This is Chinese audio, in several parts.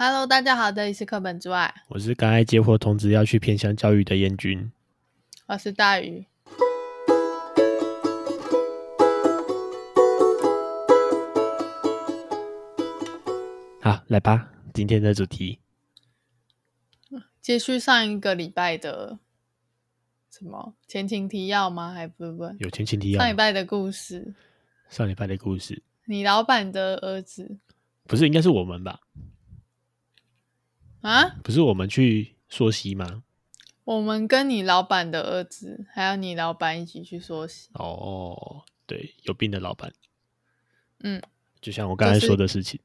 Hello，大家好，这里是课本之外，我是刚才接获通知要去偏乡教育的燕君。我是大鱼。好，来吧，今天的主题接续上一个礼拜的什么前情提要吗？还不不，有前情提要吗上礼拜的故事，上礼拜的故事，你老板的儿子不是应该是我们吧？啊，不是我们去溯溪吗？我们跟你老板的儿子，还有你老板一起去说戏。哦，对，有病的老板，嗯，就像我刚才就是说的事情，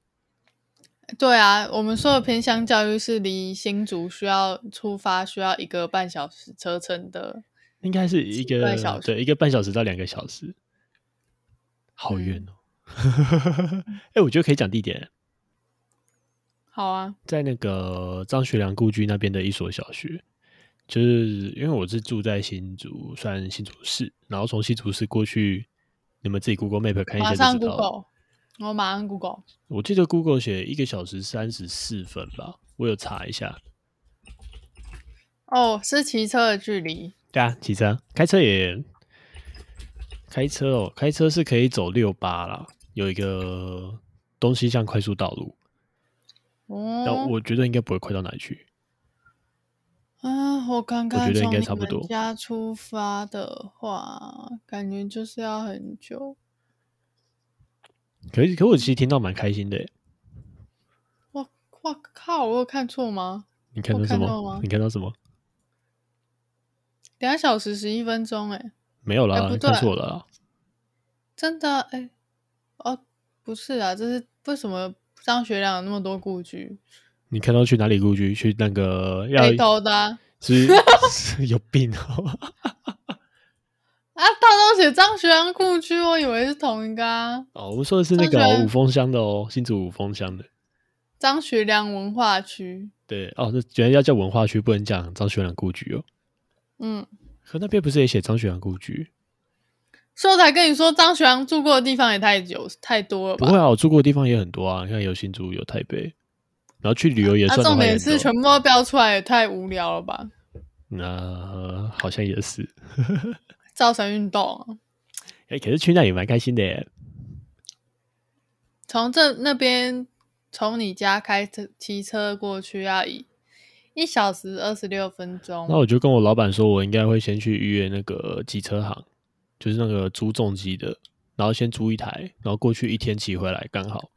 对啊，我们说的偏乡教育是离新竹需要出发需要一个半小时车程的，应该是一几个个小时对一个半小时到两个小时，好嗯远哦。 哎、我觉得可以讲地点，好啊，在那个张学良故居那边的一所小学，就是因为我是住在新竹，算新竹市，然后从新竹市过去，你们自己 Google Map 看一下马就上知道了。 Google，我马上 Google。我记得 Google 写一个小时三十四分吧，我有查一下。哦，是骑车的距离，对啊，骑车、开车也，开车哦，开车是可以走六八啦，有一个东西向快速道路，哦，但我觉得应该不会快到哪里去。啊，我刚刚觉得应从该你差不们多家出发的话，感觉就是要很久。可是，可我其实听到蛮开心的耶，我我靠，我有看错吗？你看到我什看么？到吗你看到什么？两小时十一分钟，哎，没有啦，哎不你对看错了啦。真的哎，哦，不是啊，这是为什么张学良有那么多故居？你看到去哪里故居？去那个要北投的啊，是 是有病 哦！啊到处写张学良故居，我以为是同一个啊。哦，我们说的是那个张学哦良五峰乡的哦，新竹五峰乡的。张学良文化区，对哦，那原来要叫文化区，不能讲张学良故居哦。嗯，可那边不是也写张学良故居？所以我才跟你说，张学良住过的地方也太久太多了不吧？会啊，我住过的地方也很多啊，你看有新竹，有台北，然后去旅游也啊，算的重话也点很是多。全部都标出来，也太无聊了吧？那、啊好像也是，造成运动啊。哎、可是去那里蛮开心的耶。从这那边，从你家开车骑车过去要一一小时二十六分那钟。我就跟我老板说，我应该会先去预约那个机车行，就是那个租重机的，然后先租一台，然后过去一天骑回来刚好。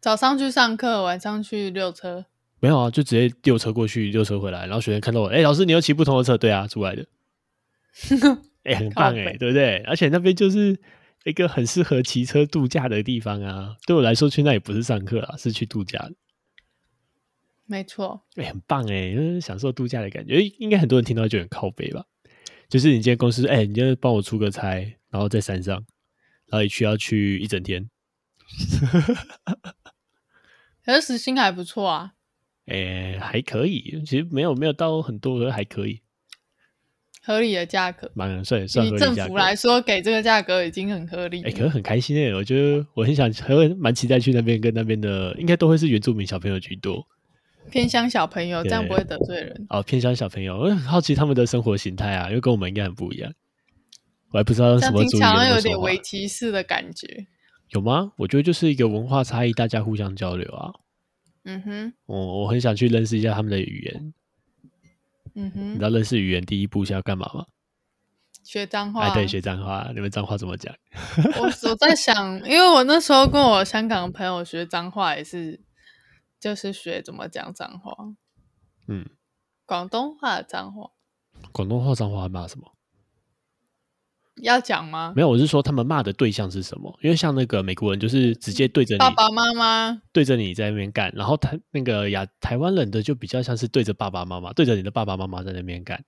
早上去上课，晚上去溜车。没有啊，就直接溜车过去，溜车回来，然后学生看到我，哎、老师你又骑不同的车，对啊，出 来的，哎、很棒哎、靠北对不对？而且那边就是一个很适合骑车度假的地方啊。对我来说，去那里不是上课啊，是去度假的，没错，哎、很棒哎、就是享受度假的感觉。诶应该很多人听到就很靠北吧？就是你今天公司，哎、你就帮我出个差，然后在山上，然后一去要去一整天，可是时薪还不错啊。哎、还可以，其实没有没有到很多，可是还可以，合理的价格，蛮算算以合理价政格。府来说，给这个价格已经很合理了。哎、可是很开心哎、我觉得我很想，还会蛮期待去那边跟那边的，应该都会是原住民小朋友居多偏乡小朋友这样不会得罪人。哦，偏乡小朋友，我很好奇他们的生活形态啊，因为跟我们应该很不一样。我还不知道用这什样么听族起语来好像言有说点话围棋式的感觉。有吗？我觉得就是一个文化差异，大家互相交流啊。嗯哼，我、我很想去认识一下他们的语言，嗯你哼知，道认识语言第一步是要干嘛吗？学脏话哎，啊。对，学脏话，你们脏话怎么讲？我我在想，因为我那时候跟我香港朋友学脏话，也是就是学怎么讲脏话，嗯，广东话的脏话广东话脏话骂什么？要讲吗没？有，我是说他们骂的对象是什么？因为像那个美国人，就是直接对着你爸爸妈妈对着你在那边干，然后台那个亚台湾人的就比较像是对着爸爸妈妈，对着你的爸爸妈妈在那边干。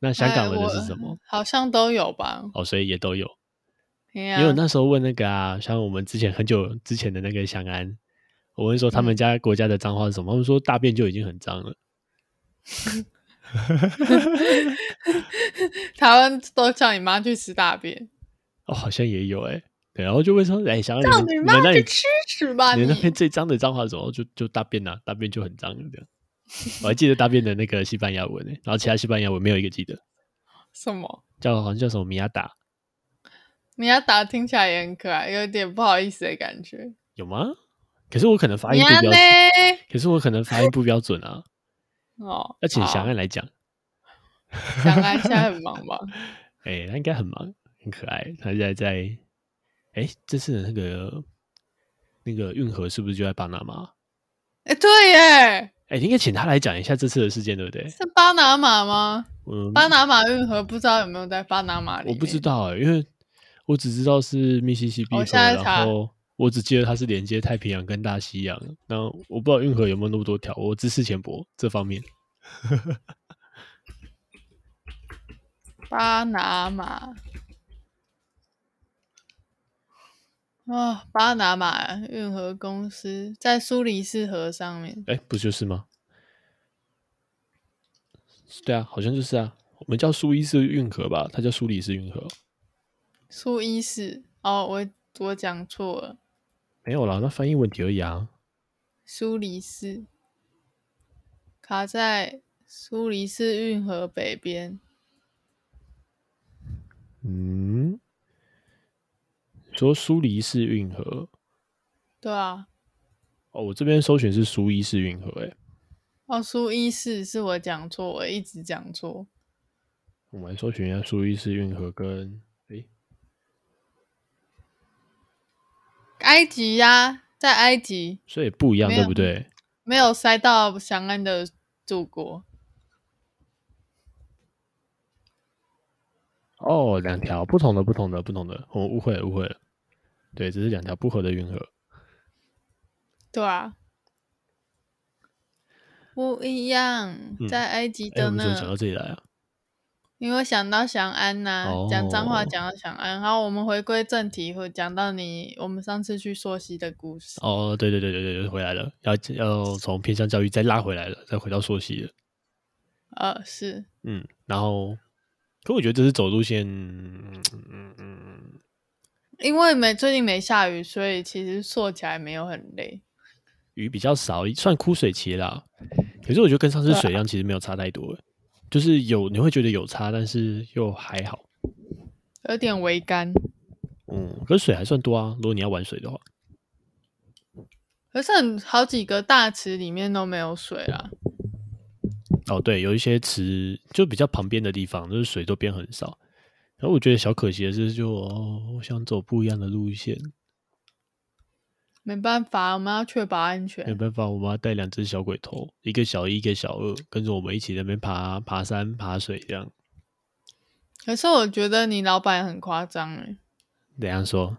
那香港人的是什么？？哎我好像都有吧。哎哦，所以也都有。因因为我那时候问那个啊，像我们之前很久之前的那个翔安，我问说他嗯们家国家的脏话是什么，他们说大便就已经很脏了。台湾都叫你妈去吃大便，哦，好像也有哎、对，然后就会说，哎、想叫想你你们妈那去里吃屎吧你你们！那边最脏的脏话是什么？哦就就大便呐、啊大便就很脏这样。我还记得大便的那个西班牙文、欸，然后其他西班牙文没有一个记得，什么？叫好像叫什么米亚达，你要打听起来也很可爱，有点不好意思的感觉。有吗？可是我可能发你音不要标准，呢？可是我可能发音不标准啊，哦，要请好翔安来讲。想来现在很忙吧？ 哎、他应该很忙，很可爱。他现在在，哎、这次的那个那个运河是不是就在巴拿马？哎、对耶，哎、应该请他来讲一下这次的事件，对不对？是巴拿马吗？嗯，巴拿马运河不知道有没有在巴拿马里？我不知。道、欸，因为我只知道是密西西比我河，现在查然后我只记得它是连接太平洋跟大西洋。那我不知道运河有没有那么多条，我知识浅薄这方面。巴拿马啊，巴拿马运河公司在苏黎世河上面。哎、不就是吗？对啊，好像就是啊。我们叫苏伊士运河吧，它叫苏黎世运河。苏伊士哦，我我讲错了，没有啦，那翻译问题而已啊。苏黎世卡在苏黎世运河北边。嗯，说苏黎世运河对啊，哦，我这边搜寻是苏伊士运河、哎，哦，苏伊士是我讲错，我一直讲错。我们来搜寻一下苏伊士运河跟哎、埃及呀、在埃及所以不一样，没对有不对？没有塞到翔安的祖国。哦，两条不同的，不同的，不同的，我误会了，误会了。对，这是两条不合的运河。对啊，不一样嗯，在埃及哎，我的们呢怎，么讲到这里来啊？因为想到翔安呐、哦讲脏话讲到翔安，然后我们回归正题，会讲到你我们上次去溯溪的故事。哦，对对对对对，对回来了，要要从偏向教育再拉回来了，再回到朔溪了。呃，是嗯，然后，可我觉得这是走路线，嗯嗯嗯，因为没最近没下雨，所以其实溯起来没有很累。雨比较少，算枯水期啦。可是我觉得跟上次对啊水量其实没有差太多，就是有你会觉得有差，但是又还好。有点微干，嗯，可是水还算多啊，如果你要玩水的话。可是很好几个大池里面都没有水啊啦。哦，对，有一些池就比较旁边的地方，就是水都变很少。然后我觉得小可惜的是就，哦，我想走不一样的路线，没办法，我们要确保安没全。办法，我们要带两只小鬼头，一个小一，一个小二，跟着我们一起在那边爬爬山、爬水这样。可是我觉得你老板很夸张哎，怎样说？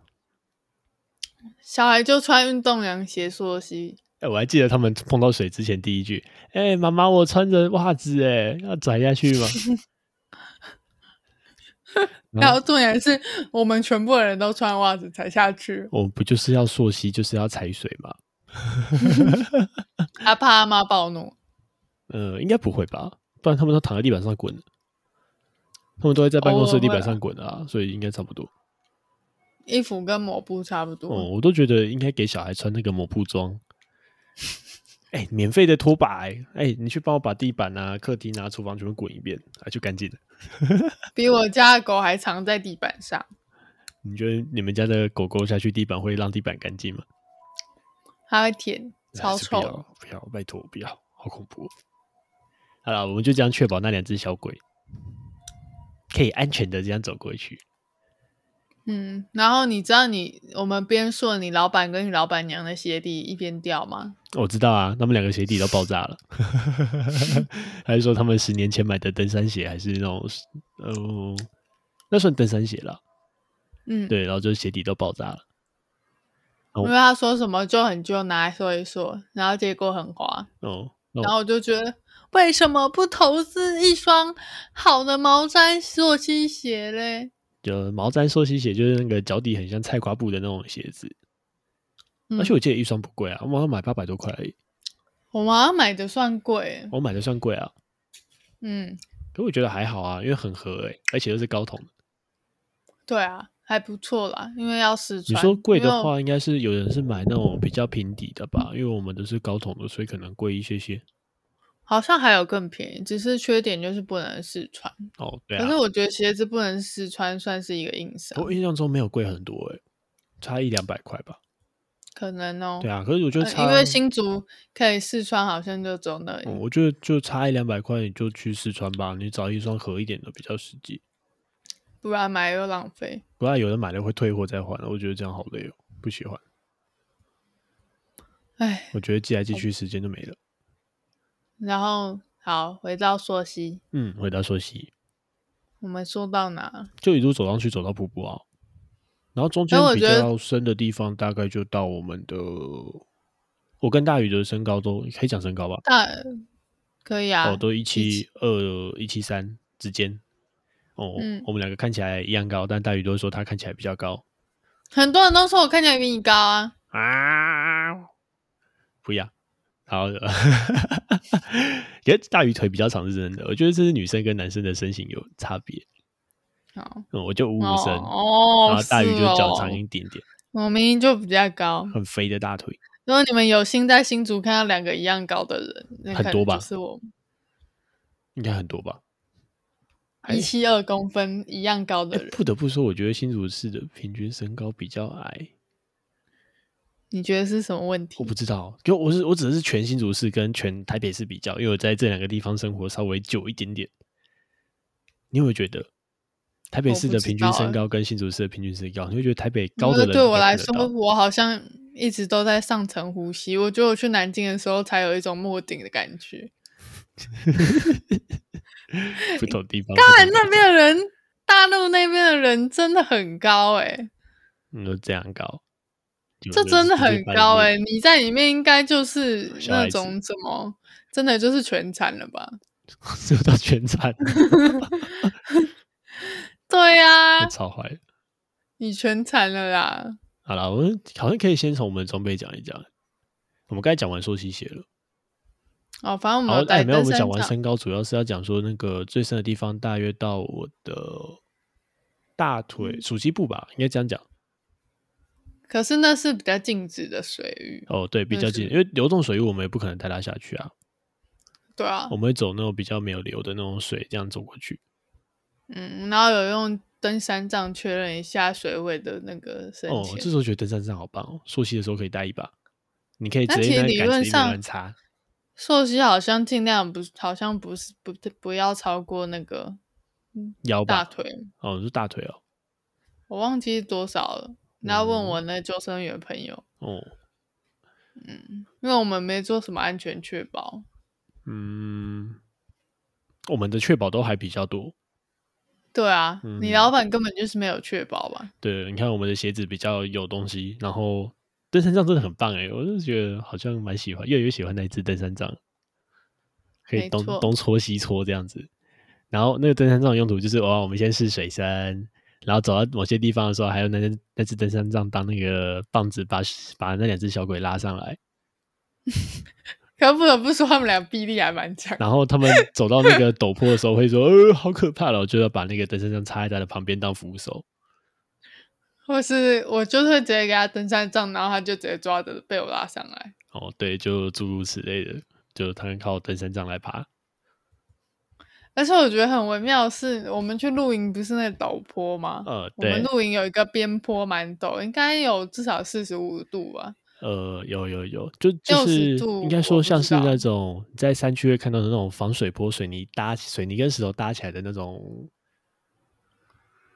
小孩就穿运动凉鞋溯溪，哎、我还记得他们碰到水之前第一句：“哎、妈妈，我穿着袜子，哎，要拽下去 吗？”嗯然后重点是我们全部人都穿袜子才下去。我们不就是要溯溪，就是要踩水吗？他怕他妈暴怒，呃，应该不会吧？不然他们都躺在地板上滚，他们都会在办公室地板上滚的啊，所以应该差不多。衣服跟抹布差不哦，多。我都觉得应该给小孩穿那个抹布装。哎、免费的拖把、欸，哎、你去帮我把地板啊、客厅啊、厨房全部滚一遍，啊，就干净了。比我家的狗还藏在地板上你觉得你们家的狗狗下去地板会让地板干净吗？它会舔，超还是不臭要的。，不要，拜托，不要，好恐怖哦。好了，我们就这样确保那两只小鬼可以安全的这样走过去。嗯，然后你知道你我们边顺你老板跟你老板娘的鞋底一边掉吗？我知道啊，他们两个鞋底都爆炸 了，还是说他们十年前买的登山鞋，还是那种呃，那算登山鞋了。嗯，对，然后就是鞋底都爆炸了。因为他说什么就很就拿来说一说，然后结果很滑，哦，那然我后我就觉得为什么不投资一双好的毛毡溯溪鞋嘞？就呃毛毡溯溪鞋，就是那个脚底很像菜瓜布的那种鞋子，嗯而且我记得一双不贵啊，我好像买八百多块而已，我们好像买的算贵，我买的算贵啊，嗯，欸可我觉得还好啊，因为很合诶、而且又是高筒的。对啊，还不错啦，因为要试你穿。说贵因为的我话，应该是有人是买那种比较平底的吧，因为我们都是高筒的，所以可能贵一些些。好像还有更便宜，只是缺点就是不能试穿。哦，对可啊是，我觉得鞋子不能试穿算是一个硬伤，我印象中没有贵很多诶、差一两百块吧。可能哦、对啊，可是我觉得呃差，因为新竹可以试穿，好像就走那里。嗯我觉得就差一两百块，你就去试穿吧，你找一双合一点的比较实际。不然买又浪费。不然有人买了会退货再还，我觉得这样好累哦，不喜欢。唉，我觉得寄来寄哦去时间就没了。然后好，回到溯溪，嗯，回到说西，我们说到哪？就一路走上去，走到瀑布啊，然后中间但我比觉得较深的地方大概就到我们的，我跟大宇的身高都可以讲身高吧，大可以啊，哦，都一七二、一七三之间。哦，嗯我们两个看起来一样高，但大宇都说他看起来比较高很多人都说我看起来比你高啊，啊，不一样。然 后，因为大鱼腿比较长是真的，我觉得这是女生跟男生的身形有差别。好嗯，我就五五身，哦，然后大鱼就是哦脚长一点点，我明明就比较高。很肥的大腿。如果你们有幸在新竹看到两个一样高的人，那很可能多吧就是我应该很多吧。哎一七二公分一样高的哎人，不得不说，我觉得新竹市的平均身高比较矮，你觉得是什么问题我？不知道，就我是我只是全新竹市跟全台北市比较，因为我在这两个地方生活稍微久一点点。你有没有觉得台北我市不的知平均道身哎高跟新竹市的平均身高，你会觉得台北我高觉的得人对比我较来看得 说，到我好像一直都在上层呼吸。我觉得我去南京的时候才有一种没顶的感觉。不同地方，当然，不同那地边的人，大陆那边的人真的很高哎、方你说这样高，有这人真的直接很把你高那哎、 你在里面应该就是小那孩子种什么，真的就是全残了吧？受到 全残，对呀、被吵坏了。你全残了啦。好了，我们好像可以先从我们的装备讲一讲。我们刚才讲完说吸血了，哦，反正我然后们哎，带没有，登我们山讲完杖，身高，主要是要讲说那个最深的地方，大约到我的大腿嗯属膝部吧，应该这样讲。可是那是比较静止的水域，哦，对，比较是近，因为流动水域我们也不可能带它下去啊，对啊我，们会走那种比较没有流的那种水，这样走过去。嗯，然后有用登山杖确认一下水位的那个深哦，浅。这时候觉得登山杖好棒哦，溯溪的时候可以带一把，你可以直但其接实拿理杆子论一边上乱插。溯溪好像尽量不，好像不是不不要超过那个嗯腰吧大腿，哦，是大腿哦，我忘记多少了。你要问嗯我那救生员朋友，哦，因为我们没做什么安全确保。嗯，我们的确保都还比较多，对啊，你嗯老板根本就是没有确保吧？对，你看我们的鞋子比较有东西，然后登山杖真的很棒欸诶，我就觉得好像蛮喜欢，越来越喜欢那一只登山杖，可以没东错东搓西搓这样子。然后那个登山杖的用途就是，哦，我们先试水深，然后走到某些地方的时候，还有那只那只登山杖当那个棒子把把那两只小鬼拉上来，可不得不说，他们俩臂力还蛮强。然后他们走到 那个陡坡的时候会说，呃，好可怕了，我就要把那个登山杖插在他的旁边当扶手。或是我就是会直接给他登山杖，然后他就直接抓着被我拉上来。哦，对，就诸如此类的，就他们靠登山杖来爬。而且我觉得很微妙的是，我们去露营不是那陡坡吗？呃，我们对，露营有一个边坡蛮陡，应该有至少四十五度吧。呃，有有有，就就60是度应该我说不像知是那道种在山区会看到的那种防水坡、水泥搭水泥跟石头搭起来的那种，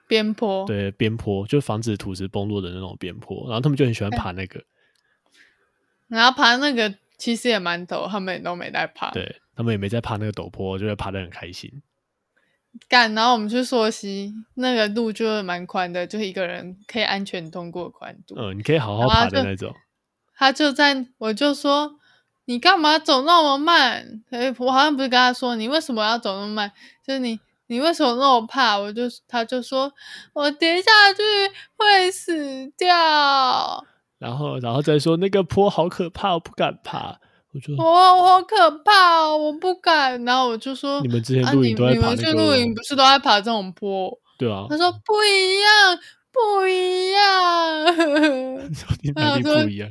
边坡，对，边坡，就防止土石崩落的那种边坡。然后他们就很喜哎欢爬那个，然后爬那个其实也蛮陡，他们也都没在爬。对他们也没在爬那个陡坡，就会爬得很开心。干，然后我们去溯溪，那个路就是蛮宽的，就是一个人可以安全通过宽度。嗯，你可以好好然后爬的就那种。他就在，我就说你干嘛走那么慢？诶，我好像不是跟他说你为什么要走那么慢，就是你你为什么那么怕？我就他就说我跌下去会死掉，然后，然后再说那个坡好可怕，我不敢爬。我就我我好可怕、哦，我不敢。然后我就说你们之前啊，露你营都在你爬们那去个露营不是都在爬这种坡？对啊 他，说不一样，不一样， 到底我哪里想说不一样？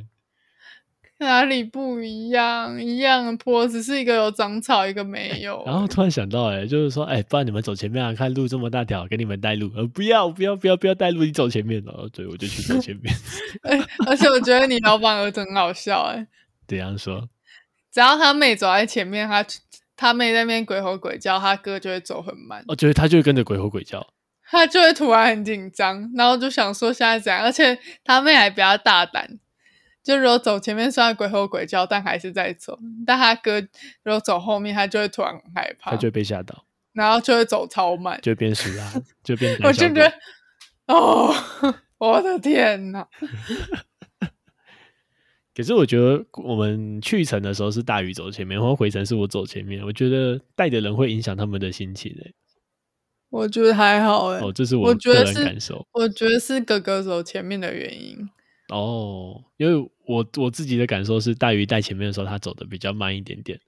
哪里不一样？一样的坡，只是一个有长草，一个没有。 然后突然想到、哎，就是说，哎、不然你们走前面啊，看路这么大条，给你们带路。呃，不要，不要，不要，不要带路，你走前面。然后，对，我就去走前 面。而而且我觉得你老板儿子很好笑哎、怎样说？只要他妹走在前面，他他妹在那边鬼吼鬼叫，他哥就会走很慢，哦，就是他就会跟着鬼吼鬼叫。他就会突然很紧张，然后就想说现在怎样，而且他妹还比较大胆。就如果走前面虽然鬼吼鬼叫，但还是在走；但他哥如果走后面，他就会突然很害怕他，就会被吓到，然后就会走超慢。就会变熟 啦，就变胆我小就鬼。觉得，哦， 我的天哪！可是我觉得我们去程的时候是大鱼走前面，然后回程是我走前面。我觉得带的人会影响他们的心情、欸。我觉得还好哎、哦，这是我觉个得人是感受。我觉得是哥哥走前面的原因。哦，因为我我自己的感受是，大鱼带前面的时候，他走的比较慢一点点，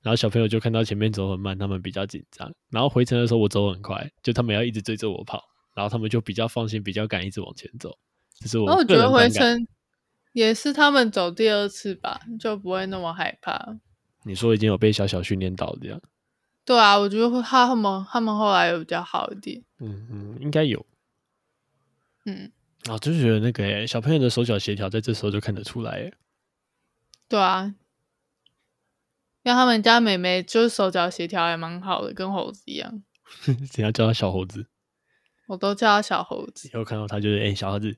然后小朋友就看到前面走很慢，他们比较紧张。然后回程的时候，我走很快，就他们要一直追着我跑，然后他们就比较放心，比较敢一直往前走。这是我那我个觉人得回观感。程也是他们走第二次吧，就不会那么害怕。你说已经有被小小训练到这样，对啊，我觉得会他们他们后来有比较好一点。嗯嗯，应该有。嗯，啊，就是觉得那个、欸、小朋友的手脚协调，在这时候就看得出来、欸。 对啊，因为他们家妹妹就是手脚协调还蛮好的，跟猴子一样，只要叫他小猴子，我都叫她小猴子以，后看到他就是哎、欸小猴子，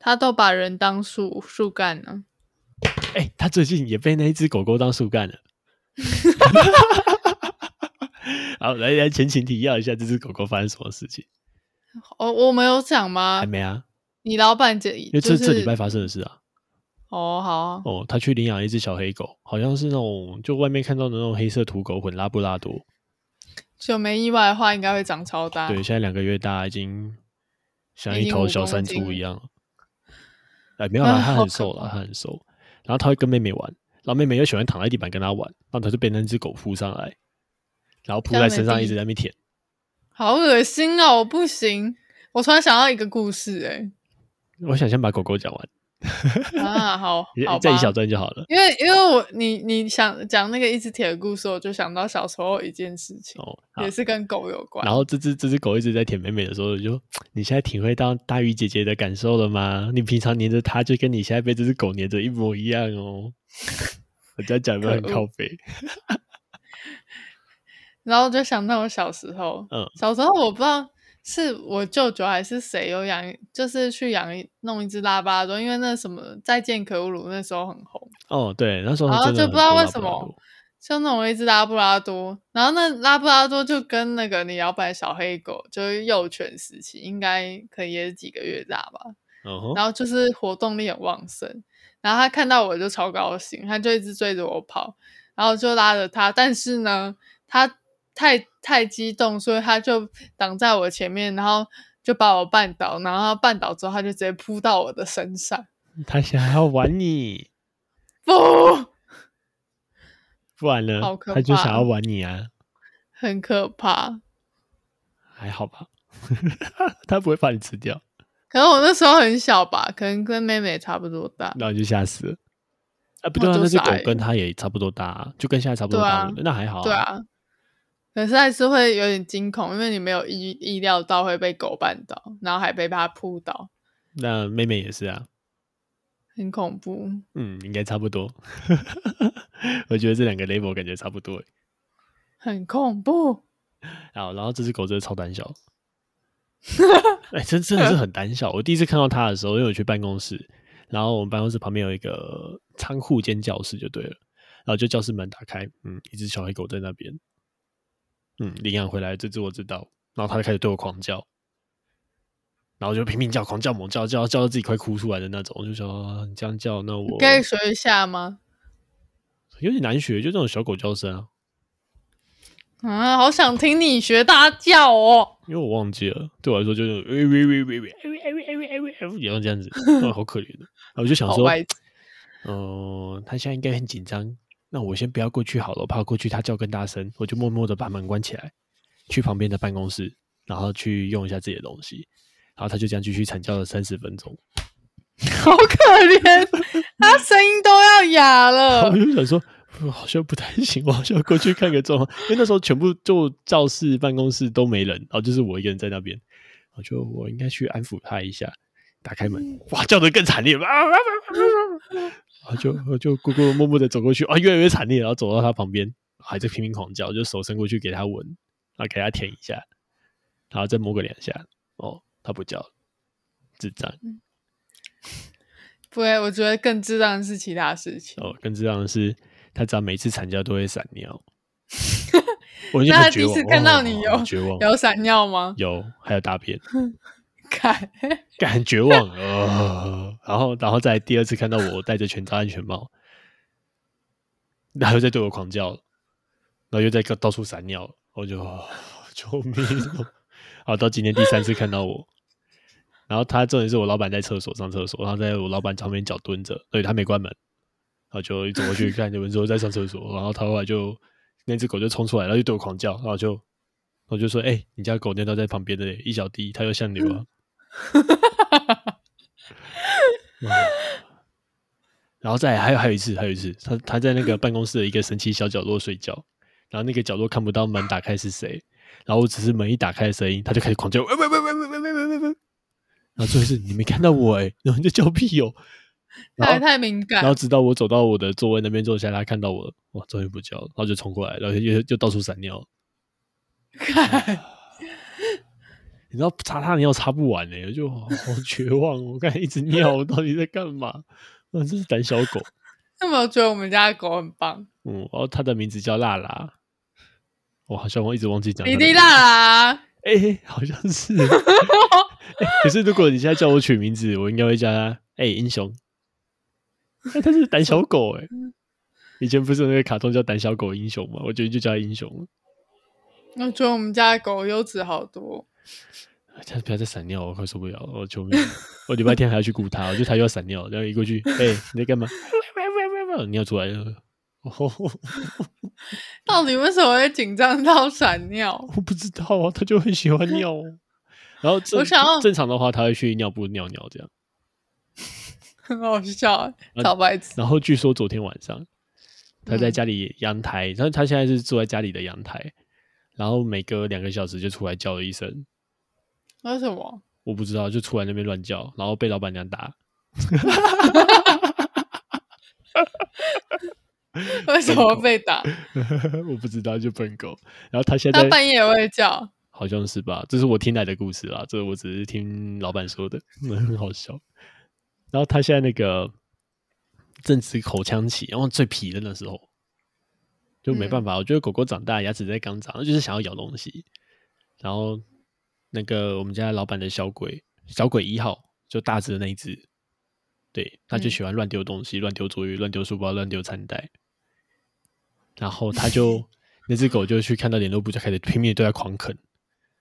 她都把人当树树干呢、哎、他最近也被那一只狗狗当树干了。 好，来来前情提要一下，这只狗狗发生什么事情？哦，我没有讲吗还？没啊，你老板这因为这、就是这礼拜发生的事啊。哦，好啊哦，他去领养一只小黑狗，好像是那种就外面看到的那种黑色土狗混拉布拉多。就没意外的话，应该会长超大。对，现在两个月大，已经像已一啊经头五小公山斤猪了一样了。哎，没有啦，啊它好很可瘦啦，怕它很瘦。然后它会跟妹妹玩，然后妹妹又喜欢躺在地板跟它玩，然后它就被那只狗扑上来，然后扑这样的在身上第一一直在那边舔。好恶心哦，我不行。我突然想到一个故事、欸，我想先把狗狗讲完， 啊，好好再一吧。小段就好了。因为因为我你你想讲那个一只铁的故事，我就想到小时候一件事情，哦，好也是跟狗有关然。后这只这只狗一直在舔妹妹的时候，我就你现在体会到大鱼姐姐的感受了吗？你平常黏着它，就跟你现在被这只狗黏着一模一样哦。 我这样讲有没有很可恶靠背？然后就想到我小时候，嗯小时候我不知道是我舅舅还是谁有养一，就是去养一弄一只拉布拉多，因为那什么再见可鲁鲁那时候很红，哦，对，那时候然后真的就啊很不知道多为拉什布拉么多就弄了一只拉布拉多，然后那拉布拉多就跟那个你摇摆小黑狗，就是幼犬时期，应该可能也是几个月大吧，嗯哼，然后就是活动力很旺盛，然后他看到我就超高兴，他就一直追着我跑，然后就拉着他，但是呢，他太太激动，所以他就挡在我前面，然后就把我绊倒，然后他绊倒之后，他就直接扑到我的身上，他想要玩你，不，不然呢好，可他就想怕要玩你啊， 很可怕。还好吧？ 他不会把你吃掉，可能我那时候很小吧，可能跟妹妹差不多大。然后你就吓死了。啊，不那对啊，就那只傻狗眼跟他也差不多大、啊，就跟现在差不多对大啊了，那还好、对，啊，可是还是会有点惊恐，因为你没有意意料到会被狗绊倒，然后还被它扑倒，那妹妹也是啊，很恐怖。嗯，应该差不多。 我觉得这两个 level 感觉差不多欸。很恐怖。好，然后这只狗真的超胆小，哎、真真的是很胆小。我第一次看到它的时候，因为我去办公室，然后我们办公室旁边有一个仓库兼教室就对了，然后就教室门打开，嗯，一只小黑狗在那边，嗯，领养回来这只我知道，然后它就开始对我狂叫，然后就拼命叫，狂叫猛叫，叫叫到自己快哭出来的那种，我就想啊你这样叫，那我可以学一下吗？有点难学，就这种小狗叫声啊，啊，好想听你学大叫哦！因为我忘记了，对我来说就是喂喂喂喂喂喂哎喂喂喂喂喂，然后这样子，哇，好可怜的。然后我就想好说白痴，嗯，他现在应该很紧张，那我先不要过去好了，我怕过去他叫更大声，我就默默的把门关起来，去旁边的办公室，然后去用一下自己的东西。然后它就这样继续惨叫了三十分钟。好可 怜，他声音都要哑然了后我。就想说，我好像不太行，我好像要过去看个状况，因为那时候全部就教室、办公室都没人，然后就是我一个人在那边，我就我应该去安抚他一下。打开门，哇，叫得更惨烈，啊啊啊啊啊啊！然后就我就咕咕默默的走过去，啊，越来越惨烈，然后走到他旁边，还在拼命狂叫，就手伸过去给他闻，然后给他舔一下，然后再摸个两下，哦，他不叫了，智障。不会，我觉得更智障的是其他事情。哦，更知道的是，他只要每次惨叫都会闪 尿。我已经那他很绝第一望次看到你哦有绝望，有闪尿吗？有还有大便，看，干很绝望呃，然后然后再第二次看到我戴着全罩安全帽，然后又在对我狂叫，然后又在到到处闪尿，我就、哦救命、哦！好，到今天第三次看到我，然后他重点是我老板在厕所上厕所，然后在我老板旁边脚蹲着，所以他没关门，然后就一走过去看有人说在上厕所，然后他后来就那只狗就冲出来，然后就对我狂叫，然后我就我就说：“哎、你家狗尿道在旁边的一小滴，它又像流啊。哇然后再来还有还有一次，还有一次，他他在那个办公室的一个神奇小角落睡觉，然后那个角落看不到门打开是谁，然后我只是门一打开的声音，他就开始狂叫，喂喂喂喂喂喂喂喂喂喂，然后最后是你没看到我哎、然后你在叫屁哦，然他也后太敏 感然后直到我走到我的座位那边坐下，他看到我了，哇，终于不叫了，然后就冲过来，然后又又又到处闪尿，看，你知道擦他的尿擦不完呢、欸我就好好绝望。我刚才一直尿，我到底在干嘛？我真是胆小狗。 那么我觉得我们家的狗很棒，嗯，然后它的名字叫辣辣，我好像我一直忘记讲。滴滴，啦啦，哎、好像是、 哎可是如果你现在叫我取名字，我应该会叫它哎、英雄。哎，它是胆小狗哎、以前不是有那个卡通叫胆小狗英雄嘛？我觉得就叫它英雄了。我觉得我们家的狗优质好多。他不要再闪尿，我快受不了了，我救命！我礼拜天还要去顾他，我就他又要闪尿，然后一过去，哎、你在干嘛？尿出来了，哦，到底为什么会紧张到闪尿？我不知道啊，他就很喜欢尿哦。然后正我想要正常的话，他会去尿布尿尿这样。很好笑，小白痴。然后据说昨天晚上他嗯在家里阳台，然后他现在是住在家里的阳台，然后每隔两个小时就出来叫了一声，为什么？我不知道，就出来那边乱叫，然后被老板娘打。 为什么被打？我不知道，就笨狗。然后他现在它半夜也会叫。好像是吧？这是我听来的故事啦，这我只是听老板说的， 很好笑。然后他现在那个正值口腔期，然后最皮的那时候，就没办法。我觉得狗狗长大牙齿在刚长，就是想要咬东西。然后那个我们家老板的小鬼，小鬼一号，就大只的那一只，对，他就嗯喜欢乱丢东西，乱丢桌椅，乱丢书包，乱丢餐袋。然后他就那只狗就去看到联络簿，就开始拼命地对它狂啃，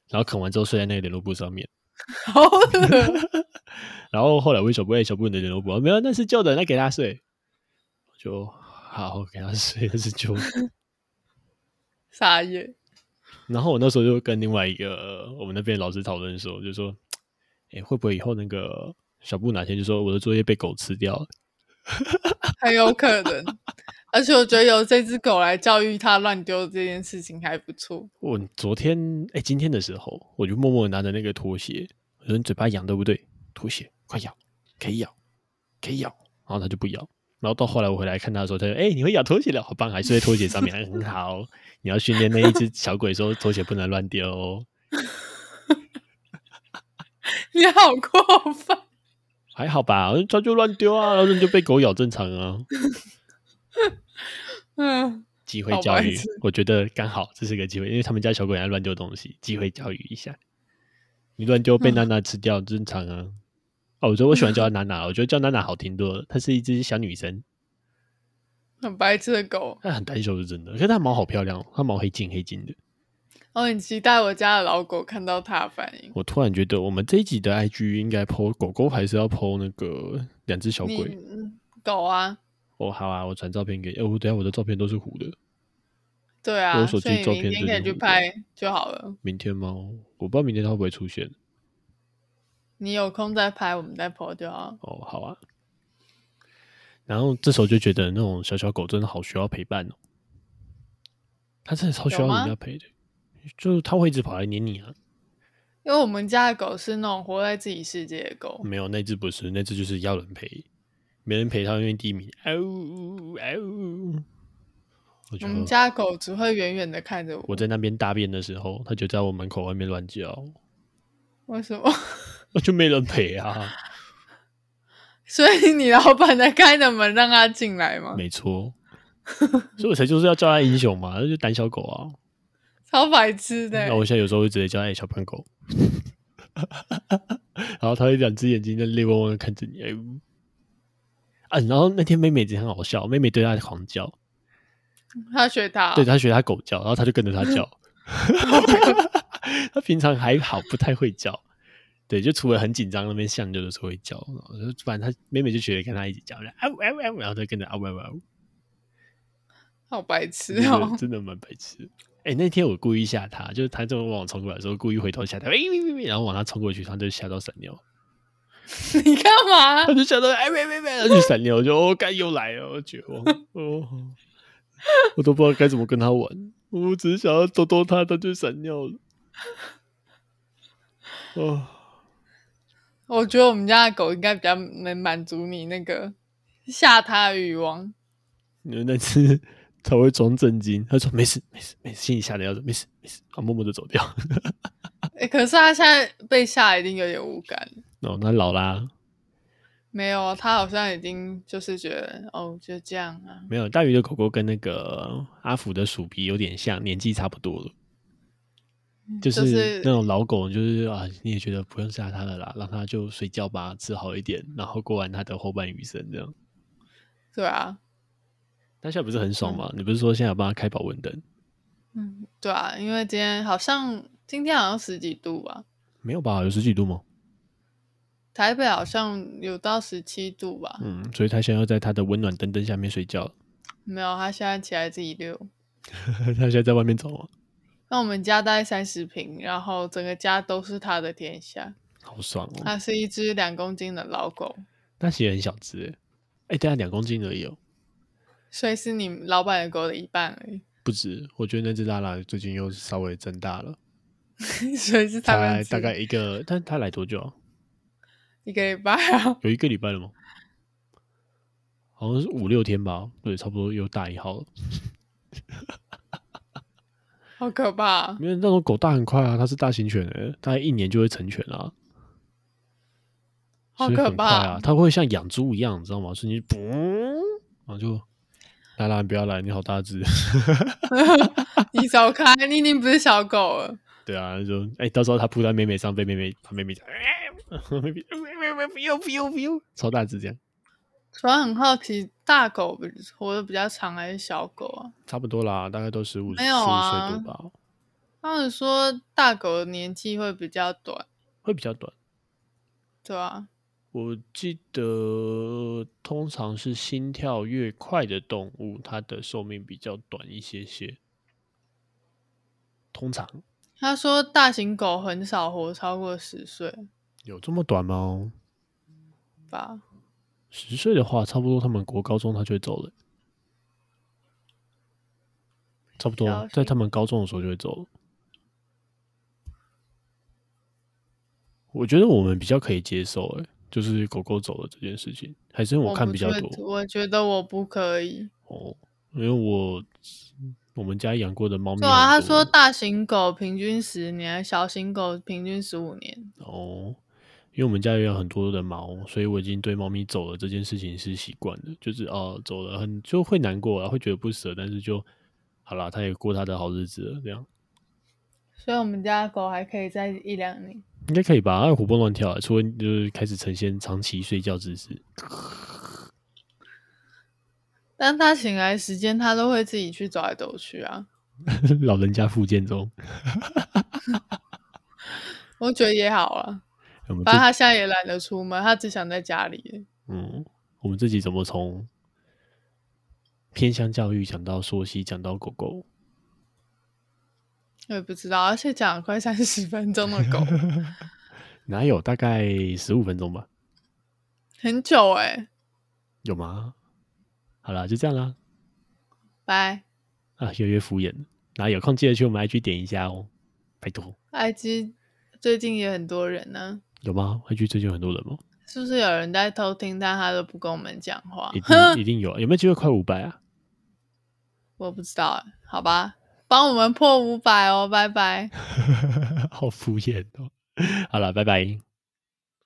然后啃完之后睡在那个联络簿上面。 好恶然后后来我问小布，哎、小布你的联络簿啊没有，那是旧的，那给他睡。我就好给他睡，那是旧的。傻眼。然后我那时候就跟另外一个呃我们那边老师讨论说，就说，哎、会不会以后那个小布哪天就说我的作业被狗吃掉了？很有可能。而且我觉得由这只狗来教育它乱丢这件事情还不错。我昨天哎、今天的时候，我就默默地拿着那个拖鞋，我说你嘴巴痒对不对？拖鞋快咬，可以咬，可以咬。然后他就不咬。然后到后来我回来看他的时候，他就哎、你会咬拖鞋了，好棒，还睡在拖鞋上面， 很好。你要训练那一只小鬼说拖鞋不能乱丢哦。你好过分！还好吧，他就乱丢啊，然后就被狗咬正常啊。嗯，机会好教白育痴，我觉得刚好这是个机会，因为他们家小鬼爱乱丢东西，机会教育一下。你乱丢被嗯娜娜吃掉，正常啊。哦，我觉得我喜欢叫她娜娜，我觉得叫娜娜好听多了。她是一只小女生，很白痴的狗。她很胆小是真的，可是她毛好漂亮哦，她毛黑金黑金的。我很哦期待我家的老狗看到它的反应。我突然觉得我们这一集的 IG 应该 PO 狗狗，还是要 PO 那个两只小你鬼？嗯狗啊，哦，好啊，我传照片给你。哎、我等一下我的照片都是糊的，对啊，我所手机以照你片明天可以最去近拍就好了。明天吗？我不知道明天它会不会出现。你有空再拍，我们再 po 就好。哦，好啊。然后这时候就觉得那种小小狗真的好需要陪伴哦，它真的超需要有吗人家陪的，就是它会一直跑来黏你啊。因为我们家的狗是那种活在自己世界的狗，哦没有，那只不是，那只就是要人陪，没人陪它愿意低迷。嗷呜嗷呜！我我就们家狗只会远远的看着我。我在那边大便的时候，它就在我门口外面乱叫， 为什么？那就没人 陪啊。所以你老板在开着门让它进来吗？没错，所以我才就是要叫它英雄嘛，那就胆小狗啊。超白痴的欸、那我现在有时候会直接叫它、哎小胖狗， 然后它会两只眼睛在泪汪汪的看着你。哎呜啊，然后那天妹妹也很好笑，妹妹对它狂叫，他学他、哦对，他学他狗叫，然后他就跟着他叫。 他平常还好，不太会叫。对，就除了很紧张那边像，有的时候会叫。然后就反正他妹妹就学着跟他一起叫，然后啊呜啊呜啊呜，然后就跟着啊呜啊呜啊呜，好白痴真哦、的真的蛮白痴。哎、那天我故意吓他，就是他这么往我冲过来的时候，故意回头吓他，哎、喂喂喂然后往他冲过去，他就吓到闪尿，你干嘛他？就吓到哎喂喂喂，然后就闪尿，我就哦，该又来了，我绝望，哦，我都不知道该怎么跟他玩，我只是想要逗逗他，他就闪尿了，哦，我觉得我们家的狗应该比较能满足你那个吓它的欲望。你们那次 他会装震惊，他说没事没事没事，心里吓得要死，没事没事，他默默的走掉，欸可是它现在被吓，一定有点无感。哦，那老啦，没有，它好像已经就是觉得哦，就这样啊。没有大鱼的狗狗跟那个阿福的鼠鼻有点像，年纪差不多了。就就是是那种老狗，就是啊，你也觉得不用吓它了啦，让它就睡觉吧，吃好一点，然后过完它的后半余生这样。对啊，但现在不是很爽吗？你不是说现在有帮它开保温灯？嗯，对啊，因为今天好像今天好像十几度吧，没有吧？有十几度吗？台北好像有到十七度吧。嗯，所以它现在要在它的温暖灯灯下面睡觉。没有，它现在起来自己溜。 它现在在外面走吗？那我们家大概三十平，然后整个家都是它的天下。好爽哦！它是一只两公斤的老狗，那其实很小只欸，哎、大概两公斤而已哦，所以是你老板的狗的一半而已， 不止。我觉得那只拉拉最近又稍微增大了，所以是他才们大概一个，但它来多久啊？一个礼拜啊。有一个礼拜了吗？好像是五六天吧，对，差不多又大一号了。好可怕！因为那种狗大很快啊，它是大型犬诶、大概一年就会成犬啊，好所以可很快啊怕！它会像养猪一样，你知道吗？瞬间嘣，然后就来来，不要来，你好大只。 你走开，你已经不是小狗了。对啊，就哎、到时候它扑在妹妹上，被妹妹把妹妹讲， 哎妹妹妹妹不要不要不要，超大只这样，突然很好奇，大狗比活得比较长还是小狗啊？差不多啦，大概都十五十没有五岁啊多吧，他们说大狗的年纪会比较短，会比较短。对啊，我记得通常是心跳越快的动物，它的寿命比较短一些些。通常他说大型狗很少活超过十岁有这么短吗？吧？十岁的话，差不多他们国高中它就会走了，差不了多解在他们高中的时候就会走了。我觉得我们比较可以接受、欸，就是狗狗走了这件事情，还是因为我看不比较确多。我觉得我不可以。哦，因为我我们家养过的猫咪很对多，啊，他说大型狗平均十年，小型狗平均十五年。哦，因为我们家也有很多的毛，所以我已经对猫咪走了这件事情是习惯了，就是哦走了很就会难过啊，会觉得不舍，但是就好啦，它也过它的好日子了，这样所以我们家的狗还可以再一两年。应该可以吧？它活蹦乱跳、啊，除了就是开始呈现长期睡觉姿势， 但它醒来时间，它都会自己去走来走去啊。老人家复健中，我觉得也好啊，我们这反正它现在也懒得出门，它只想在家里。嗯，我们这集怎么从偏向教育讲到说西，讲到狗狗？我也不知道，而且讲了快三十分钟的狗，哪有？大概十五分钟吧？很久哎、有吗？好啦，就这样啦。拜，啊，越来越敷衍了。然后有空记得去我们 IG 点一下哦，拜托。 ，IG 最近也很多人呢、有吗？IG 最近有很多人哦吗？是不是有人在偷听他，他都不跟我们讲话一？定一定有啊，有没有机会快五百啊？ 我不知道哎，好吧，帮我们破五百哦，拜拜。好敷衍哦。好了，拜拜。